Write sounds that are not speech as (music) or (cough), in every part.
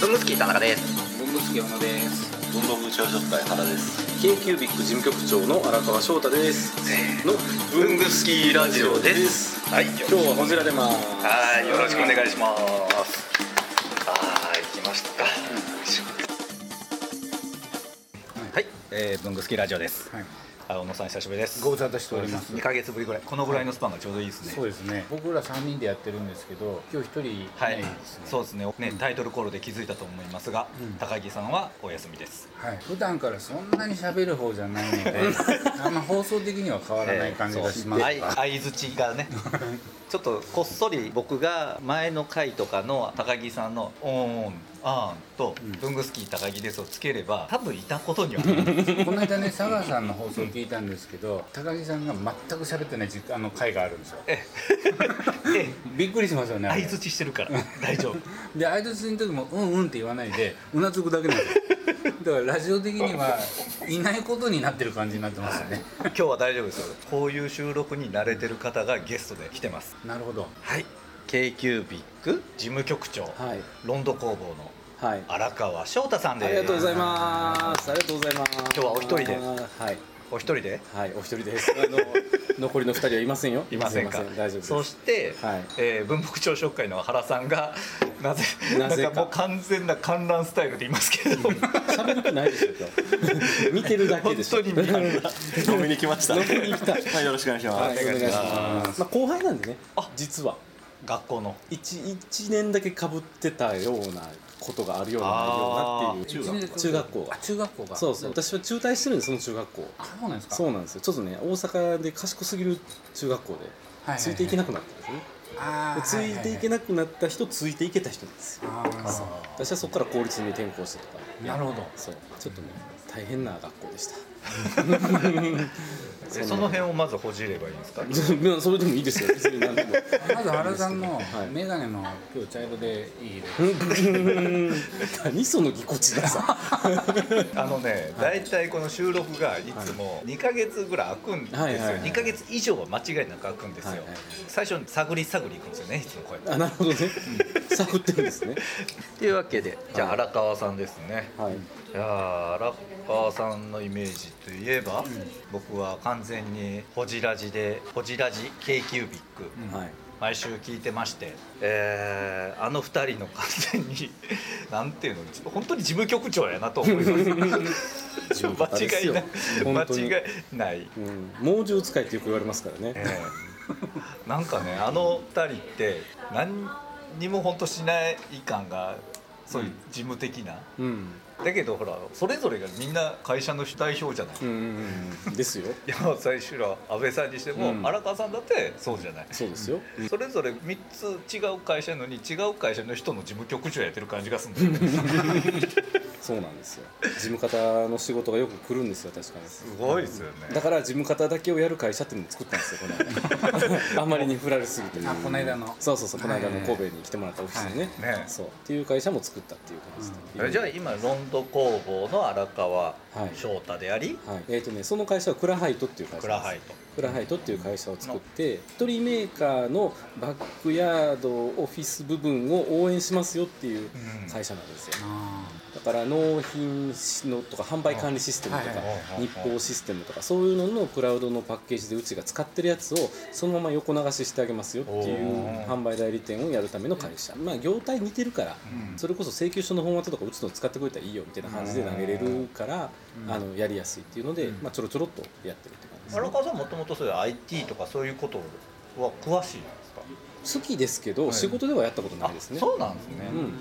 ブングスキー田中です文具付き山です文房具朝食会原です k q b i c 事務局長の荒川翔太ですの文具スキーラジオですはい今日はこちらでますはいよろしくお願いしますはい来ましたはい、えー、ブングスキーラジオです、はい、あ小野さん久しぶりですご無沙汰しております2ヶ月ぶりぐらいこのぐらいのスパンがちょうどいいですね、そうですね僕ら3人でやってるんですけど今日1人いはないいですね,、そうですねね、タイトルコールで気づいたと思いますが、うん高木さんはお休みですはい、普段からそんなに喋る方じゃないのであんま放送的には変わらない感じがしますが、えーそうあい相づち (laughs) がねちょっとこっそり僕が前の回とかの高木さんの「オーンあーン」とうん「ブングスキー高木です」をつければ多分いたことにはなるん (laughs) ですこの間ね佐川さんの放送を聞いたんですけど高木さんが全く喋ってない時間あの回があるんですよえびっくりしますよねあれ相づちしてるから大丈夫で相槌の時も「うんうん」って言わないでうなずくだけなんですよだからラジオ的にはいないことになってる感じになってますよね今日は大丈夫ですよこういう収録に慣れてる方がゲストで来てますなるほどはい k c u b i c 事務局長、はいロンド工房のはい荒川翔太さんであすりがとうございますありがとうございます今日はお一人ではいお一人ではいお一人ですあの残りの二人はいませんよいませんか大丈夫ですそして、はいえー文牧朝食会の原さんがなぜなぜかんかもう完全な観覧スタイルで言いますけれども喋ってないでしょ今日見てるだけでしょ本当に見たんだ飲みに来ました飲みに来たはいよろしくお願いします、はいお願いしますまあ後輩なんでねあ実は学校の一一年だけ被ってたようなことがあるようなあーないようなっていう一年生中学校あ中学校がそうそう私は中退してるんですその中学校あそうなんですかそうなんですよちょっとね大阪で賢すぎる中学校ではいはいはいついていけなくなったんですね、あーでついていけなくなった人ついていけた人なんですよはいはいはいあ私はそこから公立に転校してとかーなるほどそうちょっとね大変な学校でした (laughs) えその辺をまずほじればいいんですかまあそれでもいいですよ別に何でもまず原さんのはい眼鏡の今日茶色でいいです何そのぎこちなさ (laughs) あのね大体この収録がいつも2ヶ月ぐらい空くんですよ、はいはいはい2ヶ月以上は間違いなく空くんですよ、はいはい最初に探り探り行くんですよねいつもこうやってあなるほどね探ってるんですねっていうわけでじゃあはい荒川さんですね、はいいやー荒川さんのイメージといえば、僕は完全にホジラジでホジラジ k q b i c はい毎週聞いてまして、えーあの二人の完全に (laughs) なんていうの本当に事務局長やなと思 (laughs) います事務方で間す違いよない本当に間違いない、うん猛獣使いってよく言われますからねえーなんかねあの二人って何にも本当しない感がそういう事務的な、うんだけどほらそれぞれがみんな会社の代表じゃないうんうんうんですよ山本さんにしろ安倍さんにしても、うん荒川さんだってそうじゃない、そうですよそれぞれ3つ違う会社のに違う会社の人の事務局長やってる感じがするんだよねそうなんですよ事務方の仕事がよく来るんですよ確かすにごいですよだねから事務方だけをやる会社っていうのを作ったんですよこの (laughs) 間あまりに振られすぎてあこの間のそうそうそうこの間はいのはいはい神戸に来てもらったオフィスにね,、はいねそうっていう会社も作ったっていう感じですね、じゃあ今ロンド工房の荒川はい翔太であり、はいえーとね、その会社はクラハイトっていう会ク社でラすハイとクラハイトっていう会社を作って一人メーカーのバックヤードオフィス部分を応援しますよっていううん会社なんですよ、あだから納品のとか販売管理システムとかはいはいはいはい日報システムとかそういうののクラウドのパッケージでうちが使ってるやつをそのまま横流ししてあげますよっていうおー販売代理店をやるための会社まあ業態似てるからうんそれこそ請求書のフォーマットとかうちの使ってくれたらいいよみたいな感じで投げれるからうんあのやりやすいっていうのでうんまあちょろちょろっとやってるって感じですね荒川さんもともとそういう IT とかそういうことは詳しいんですか好きですけどい仕事ではやったことないですねそうなんですね、うん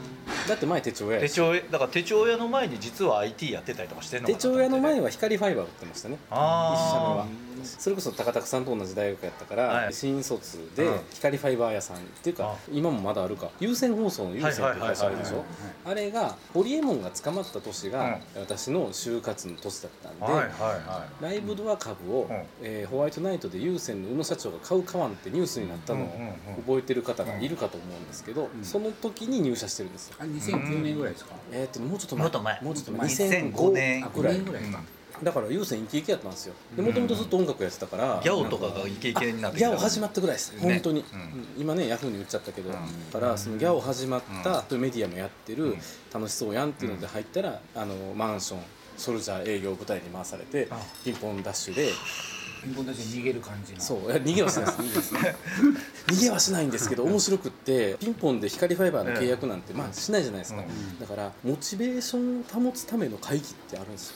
だって前手帳屋や手帳屋だから手帳屋の前に実は IT やってたりとかしてんのか手な帳屋の前はは光ファイバー売ってましたねあ一社目はそれこそ高田さんと同じ大学やったから、はい新卒でうん光ファイバー屋さんっていうあか今もまだあるか有線放送の有線っていう会社あるでしはいょはあれがホリエモンが捕まった年が私の就活の年だったんあで、はいはいはライブドア株を、うんえーホワイトナイトで有線の宇野社長が買う買わんってニュースになっいたのをうんうんうん覚えてる方がいるかと思うんですけど、んその時に入社してるんですよーあ2009年ぐらいですかえー、ともうちょっともっと前もうちょっと2005年ぐらい5年ぐらいかだから優先イケイケやったんですよもともとずっと音楽やってたからギャオとかがイケイケになってギャオ始ままったぐらいです、ね本当に、うんうん今ねヤフーに売っちゃったけど、うんからそのギャオ始まった、うんそういうメディアもやってる、うん楽しそうやんっていうので入ったら、あのマンションソルジャー営業部隊に回されてあピンポンダッシュでピンポン出して逃げる感じのそういや逃げはしないです逃げはしない逃げはしないんですけど面白くってピンポンで光ファイバーの契約なんて、まあしないじゃないですか、うんだからモチベーションを保つための会議ってあるんですよ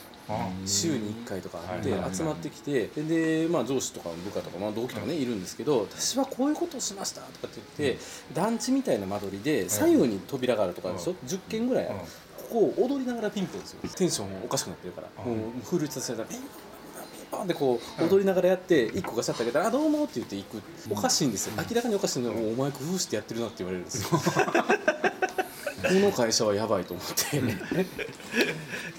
週に1回とかあっはていはいはい集まってきてで、まあ、上司とか部下とか、まあ、同期とかねいるんですけど私はこういうことをしましたとかって言って団地みたいな間取りで左右に扉があるとかでしょ10軒ぐらいここを踊りながらピンポンですよテンションおかしくなってるからもう奮い立たせたらピンポンパンでこう踊りながらやって1個がシャッと開けたら「あどうも」って言って行くおかしいんですよ明らかにおかしいのに「お前工夫してやってるな」って言われるんですよこの会社はやばいと思って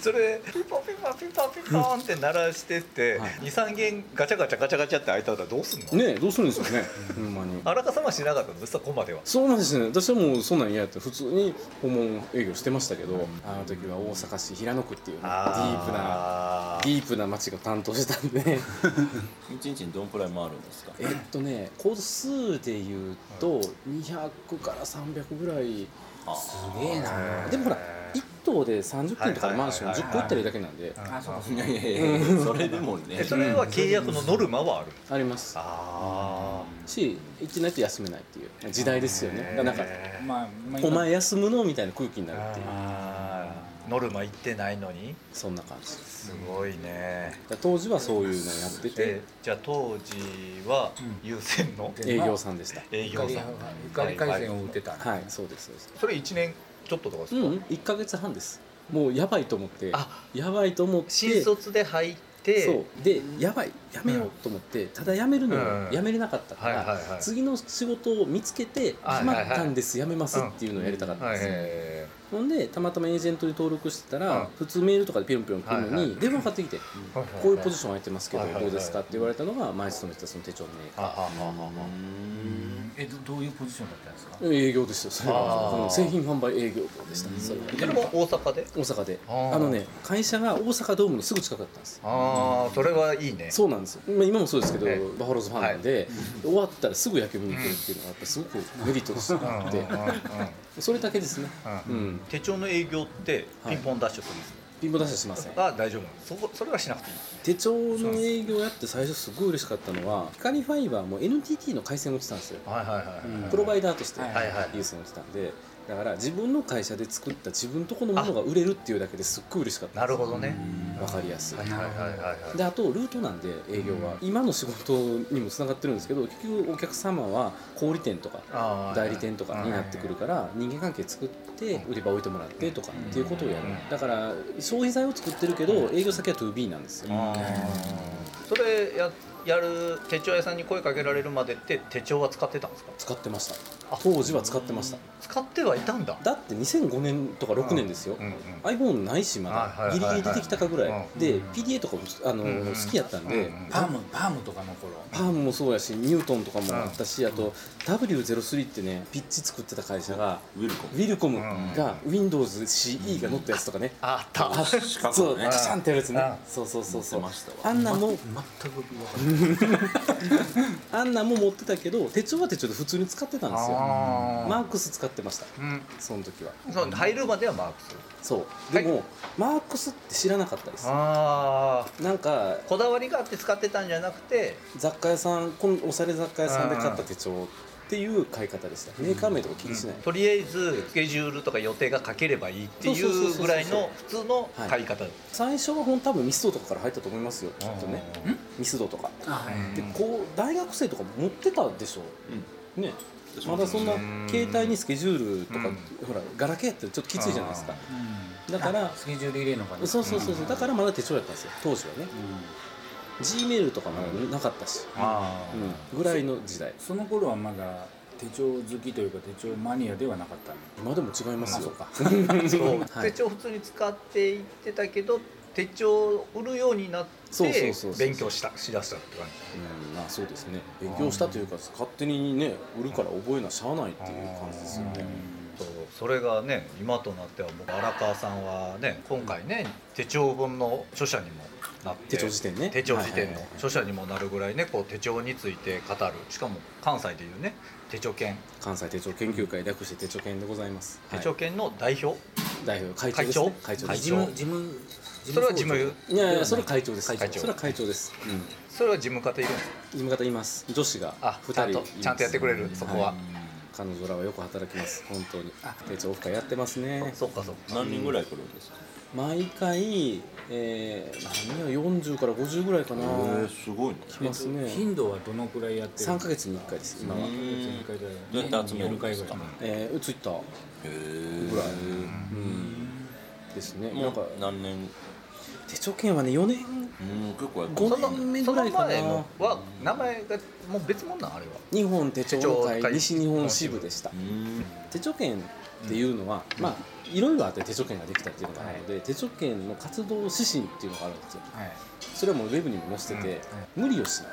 それピンポンピンポンピンポンピンポンって鳴らしてってはい23軒ガチャガチャガチャガチャって開いたらどうすんのねえどうするんでしょうねほんまにあらかさましなかったのそこまではそうなんですね私はもうそんなん嫌やった普通に訪問営業してましたけど、あの時は大阪市平野区っていうねディープなあーディープな町が担当してたんでね一日にどんくらい回るんですかえっとね個数でいうと200から300ぐらいすげえなでもほら1棟で30軒とかはいはいはいはいのマンション10個行ったりだけなんであそうかそういかやいやいやそれでもねえそれは契約のノルマはある (laughs) ありますあし行ってないと休めないっていう時代ですよねだからなんかまあまあお前休むのみたいな空気になるっていうノルマ言ってないのにそんな感じだかすごいねら当時はそういうのやっててでじゃあ当時はうん優先ので営業さんでした営業さん怒り回線を打てたはいそうですそうですそれ1年ちょっととかですうか、ん、1か月半ですもうやばいと思ってあやばいと思って新卒で入ってそうでやばいやめようと思って、ただやめるのうもんやめれなかったかはいら、はいはい次の仕事を見つけて決はいはいまはいったんです、やめますっていうのをやりたかったんはでいす、えほんでたまたまエージェントに登録してたら、うん普通メールとかでピロンピロン来るのはいには電話かかってきて、ーはいはいはいこういうポジション空いてますけどはいはいどはういですかって言われたのが前勤めてたその手帳のメーカーあああああえどどういうポジションだったんですか営業ですよそれあーはうん製品販売営業でした、それはあそれも大阪で大阪であーあのね会社が大阪ドームのすぐ近くだったんですああそれはいいねそうなんですよ、まあ、今もそうですけど、ええバファローズファンなんで、終わったらすぐ野球見に行けるっていうのはやっぱすごくメリットとしてうんうんあうっんてそれだけですね、ううんん、手帳の営業ってピンポンダッシュするんですピンポン出しはしませんか、あ大丈夫そこそれはしなくていい手帳の営業やって最初すごい嬉しかったのは光ファイバーも NTT の回線落ちたんですよはいはいはいはい、うんプロバイダーとしてはいはいはい優先落ちたんでだから自分の会社で作った自分とこのものが売れるっていうだけですっごい嬉しかったなるほどねわかりやすいはいはいはいはいはいであとルートなんで営業は、今の仕事にもつながってるんですけど結局お客様は小売店とかあー代理店とかになってくるから人間関係作って売り場置いてもらってとかっていうことをやるだから消費財を作ってるけど営業先は 2B なんですよあーそれややる手帳屋さんに声かけられるまでって手帳は使ってたんですか使ってました当時は使ってました使ってはいたんだだって2005年とか6年ですようんうん iPhone ないしまはいだはいはギリいギはいリ出てきたかぐらいうんで PDA とかもあのうんうん好きやったんでうんうんパームパームとかの頃パームもそうやしニュートンとかもあったしあと W03 ってねピッチ作ってた会社がウィルコウィルコムが WindowsCE が載ったやつとかねあったあ角そうねカシャンってやるやつねあそうそうそうそう持ってましたわあんなも全く分かんないあんなも持ってたけど手帳は手帳で普通に使ってたんですよあーマークス使ってましたうんその時はそう入るまではマークスそうはでいも、マークスって知らなかったですああなんかこだわりがあって使ってたんじゃなくて雑貨屋さんこのおしゃれ雑貨屋さんで買った手帳っていう買い方でしたメーカー名とか気にしない、とりあえずスケジュールとか予定が書ければいいっていそうそうそうそううそうぐらいの普通の買い方最初はほん多分ミスドとかから入ったと思いますよきっとねうんミスドとかあはいでこう大学生とか持ってたでしょねまだそんな携帯にスケジュールとか、うほらガラケーってちょっときついじゃないですか、うんだからあスケジュール入れるのかなそうそうそうそうだからまだ手帳やったんですよ当時はねうん G メールとかまだなかったし、あーうん、ぐらいの時代その頃はまだ手帳好きというか手帳マニアではなかったの今でも違いますよあ (laughs) そうは手い帳普通に使っていってたけど手帳を売るようになっそうそうてそうそう勉強したしだしたって感じうんまあそうですね勉強したというか勝手にね売るから覚えなしゃあないっていう感じですよねそうそれがね今となっては僕荒川さんはね今回ね手帳本の著者にもなって手帳辞典ね手帳辞典はいはいのはい著者にもなるぐらいねこう手帳について語るしかも関西でいうね手帳犬関西手帳研究会略して手帳研でございます、手帳はい犬の代表代表会長です、ね、会長です事務事務それは事務いやいやそれは会長です会長それは会長です、うん、それは事務方いるんです事務方います女子があ2ちゃん人いとますちゃんとやってくれるそこは彼女らはよく働きます本当に手帳オフ会やってますねそっかそっか何人ぐらい来るんですか。毎回、えー、何や40から50ぐらいかなええすごいね。来ますね頻度はどのくらいやってる3ヶ月に1回です今は、うん2回ぐらいどうやって集めるん4回でぐすらかい。えー、ツイッターへえぐらいですねもなんかう何年。手帳券はね4年うん結構やってる。 5年目そぐらのいか前なのは名前がもう別物なんあれは日本手帳手帳会会西日本支部でしたうん手帳券っていうのは、まあいろいろあって手帳券ができたっていうのがあるので、手帳券の活動指針っていうのがあるんですよはいそれはもうウェブにも載せてて、無理をしない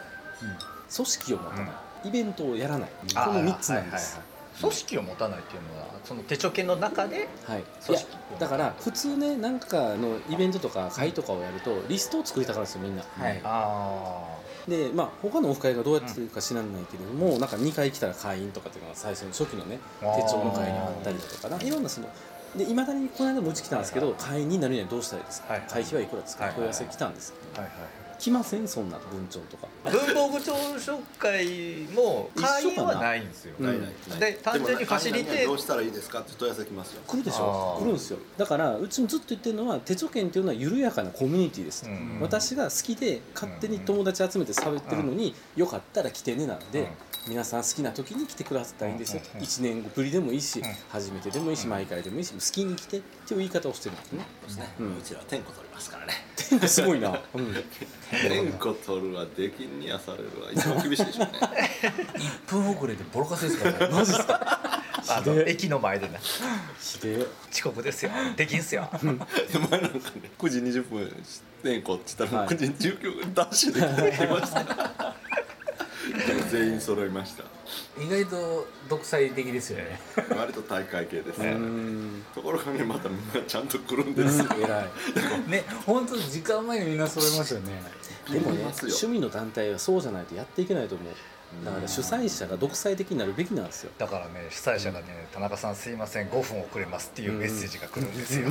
組織を持たない、イベントをやらないこの3つなんであすはいはいはい組織を持たないっていうのはその手帳犬の中ではい、い組や織だから普通ねなんかのイベントとか会とかをやるとリストを作りたがるんですよみんな、はいあでまあ他のオフ会がどうやってるか知らないけれども、なんか2回来たら会員とかっていうのが最初の初期のね手あー帳の会にあったりだとかなんかいろんなそのでいまだにこの間もうち来たんですけど、会員になるにはどうしたらいいですか、はいはい会費はいくらですか、はいはい問い合わせ来たんですけどあはい来ませんそんな文鳥とかはい文房具朝食会も会員はないんですよ、一緒かなうんで単純にファシリテーでもどうしたらいいですかって問い合わせきますよ来るでしあょー来るんですよだからうちもずっと言ってるのは手帳券っていうのは緩やかなコミュニティですと、うん私が好きで勝手に友達集めて喋ってるのに、よかったら来てねなんで、うん皆さん好きな時に来てくださったらいいんですよ、うん1年ぶりでもいいし、ん初めてでもいいし、毎回でもいいし好きに来てっていう言い方をしてるんですねですね。うんうちら天候取りますからね。なんかすご (laughs) いな、うん天候取るはできんにやされるは一番厳しいでしょうね。 1分遅れでボロカスですからねマジっすかあの駅の前でねひでえ遅刻ですよできんすよで前なんかね9時20分天候って言ったらはいもう9時19分ダッシュで来てま (laughs) した。全員揃いました (laughs) 意外と独裁的ですよ (laughs) ね割と大会系ですうねーんところがねまたみんなちゃんと来るんですよ偉いね本当時間前にみんな揃いますよねでもいねますよ趣味の団体はそうじゃないとやっていけないと思うだから主催者が独裁的になるべきなんですよだからね主催者がね「田中さんすいません5分遅れます」っていうメッセージが来るんです (laughs) よ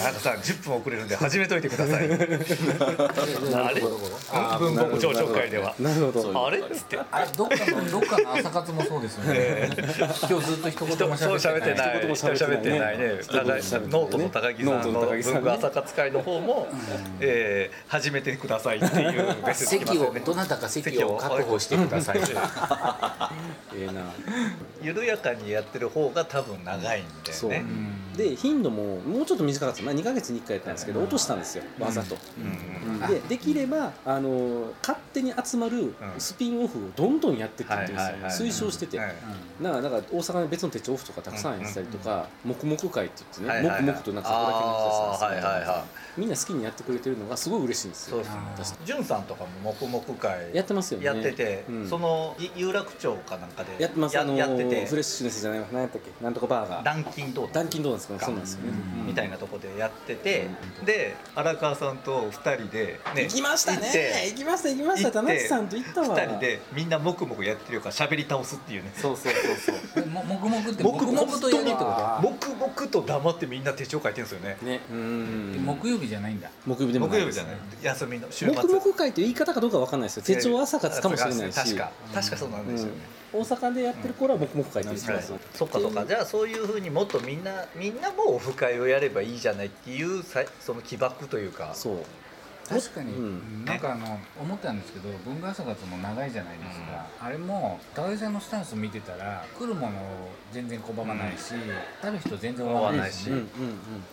田中さん10分遅れるんで始めといてくださ (laughs) いあれ文房具朝食会では (laughs) なるほどあれっつってあどっか (laughs) のどっかの朝活もそうですよ (laughs) ね今日ずっと一人言もそう喋喋っっててないない人喋ってないね一言も喋ってないねノートの高木さんのノートの高木さんね文具朝活会の方もえー始めてくださいっていうメッセージ来ます席よをねどなたか席を確保してくださいええな (laughs) 緩やかにやってる方が多分長いんだそようねで頻度ももうちょっと短かったな2ヶ月に1回やったんですけど落としたんですよわざと、うんでできればあの勝手に集まるスピンオフをどんどんやっていってるんですよ、はいはいはい推奨してて、はいなだから大阪の別の手帳オフとかたくさんやってたりとか、黙々会って言っはていね、はいはい黙々となんかそこだけの人たちなんですけど、あーはいはいはみんな好きにやってくれてるのがすごい嬉しいんですそうよですね潤さんとかも黙々会やってますよねやってて、うんそのい有楽町かなんかでやってますあのーやってフレッてシュネスじゃない何やったっけなんとかバーガーダンキンドーナダツンキンドーナツかなそうなんですよね、みたいなとこでやってて、で荒川さんと2人で、ね、行きましたね行って行きました行きまし行たって田中さんと行ったわ2人でみんなもくもくやってるから喋り倒すっていうねそうそうそうそも黙々って黙々とやるってこと黙々と黙ってみんな手帳書いてるんですよねうねうん木曜日じゃないんだ木曜日でも木曜日ですじゃない休みの週末黙々会という言い方かどうかわかんないですよ手帳朝活かもしれないし確か確かそうなんですよね、うん、大阪でやってる頃は黙々会って言ってはまいすよ、そっかそっかじゃあそういうふうにもっとみんなみんなもオフ会をやればいいじゃないっていうさその起爆というかそう確かに、うんなんかあの思ったんですけど文化朝活も長いじゃないですか、あれも高木さんのスタンス見てたら来るもの全然拒まないし、食べる人全然思わないし、うんうんうん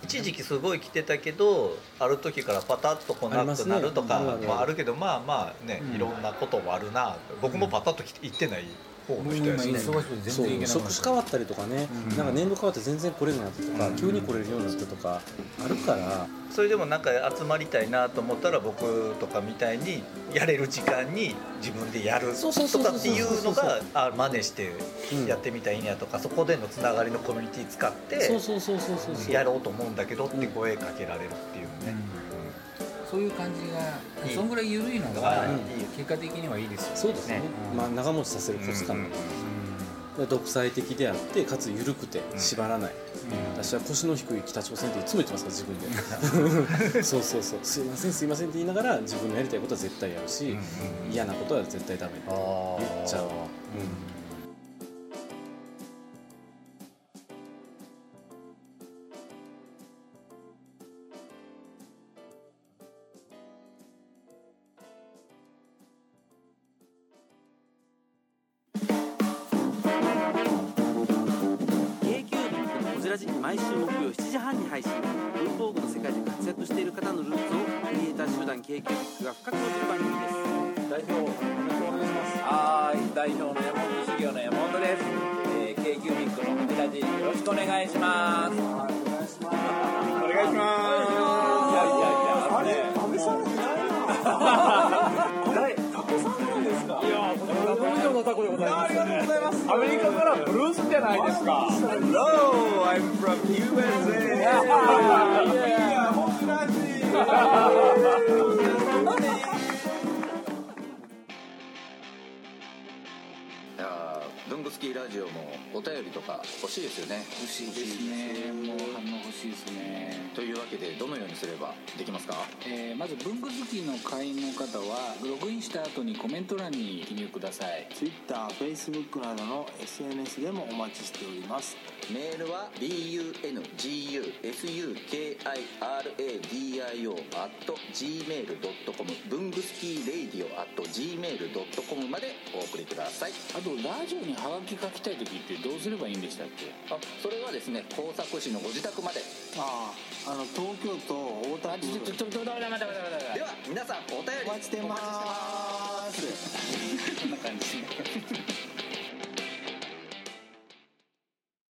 一時期すごい来てたけどある時からパタッと来なくなるとかありますねまあ、あるけどまあまあね、うんいろんなこともあるな僕もパタッと来て行ってない方ものう人今やしね忙しくてそ全然行けなうい職種変わったりとかね、うんなんか年度変わって全然来れるようになったとか、うん急に来れるようになったとかあるから、それでもなんか集まりたいなと思ったら僕とかみたいにやれる時間に自分でやるそうそうとそうそうかっていうのがあ真似してうんやってみたらいいんやとかそこでのつながりのコミュニティ使ってそうそうそうそうそうそうやろうと思うんだけどって声かけられるっていうね、そういう感じがいいそんぐらい緩いのだからがいい結果的にはいいですよそうですねうんまあ、長持ちさせるコツかな、うんで独裁的であってかつ緩くてうん縛らない、私は腰の低い北朝鮮っていつも言ってますから自 (laughs) 分でそうそうそうすいませんすいませんって言いながら自分のやりたいことは絶対やるし、嫌なことは絶対ダメってあー言っちゃう、うん毎週木曜7時半に配信文房具の世界で活躍している方のルーツをクリエイター集団 k q b i が深く知る番組です代表お願いしますはーい代表の山本修行の山本です、えー、k q ミックのこちらでよろしくお願いしますお願いしますお願いしますいやいやいやあのねいやこれ無料のタコでございますありがとうございますアメリカからブルースじゃないですか Hello I'm from USA いや本当らしいいやーブングスキーラジオもお便りとか欲しいですよね欲しいですねもう反応欲しいですねというわけでどのようにすればできますかえーまず文具好きの会員の方はログインした後にコメント欄に記入ください TwitterFacebook などの SNS でもお待ちしておりますメールは bungusukradio gmail.com ブングスキーレイディオ gmail.com までお送りくださいあとラジオにハガキ書きたい時ってどうすればいいんでしたっけあそれはですね工作士のご自宅まであああの東京都大ち田ょ区ちょちょちょ待って待って待って待ってでは皆さんお便りお待ちしてますこんな感じ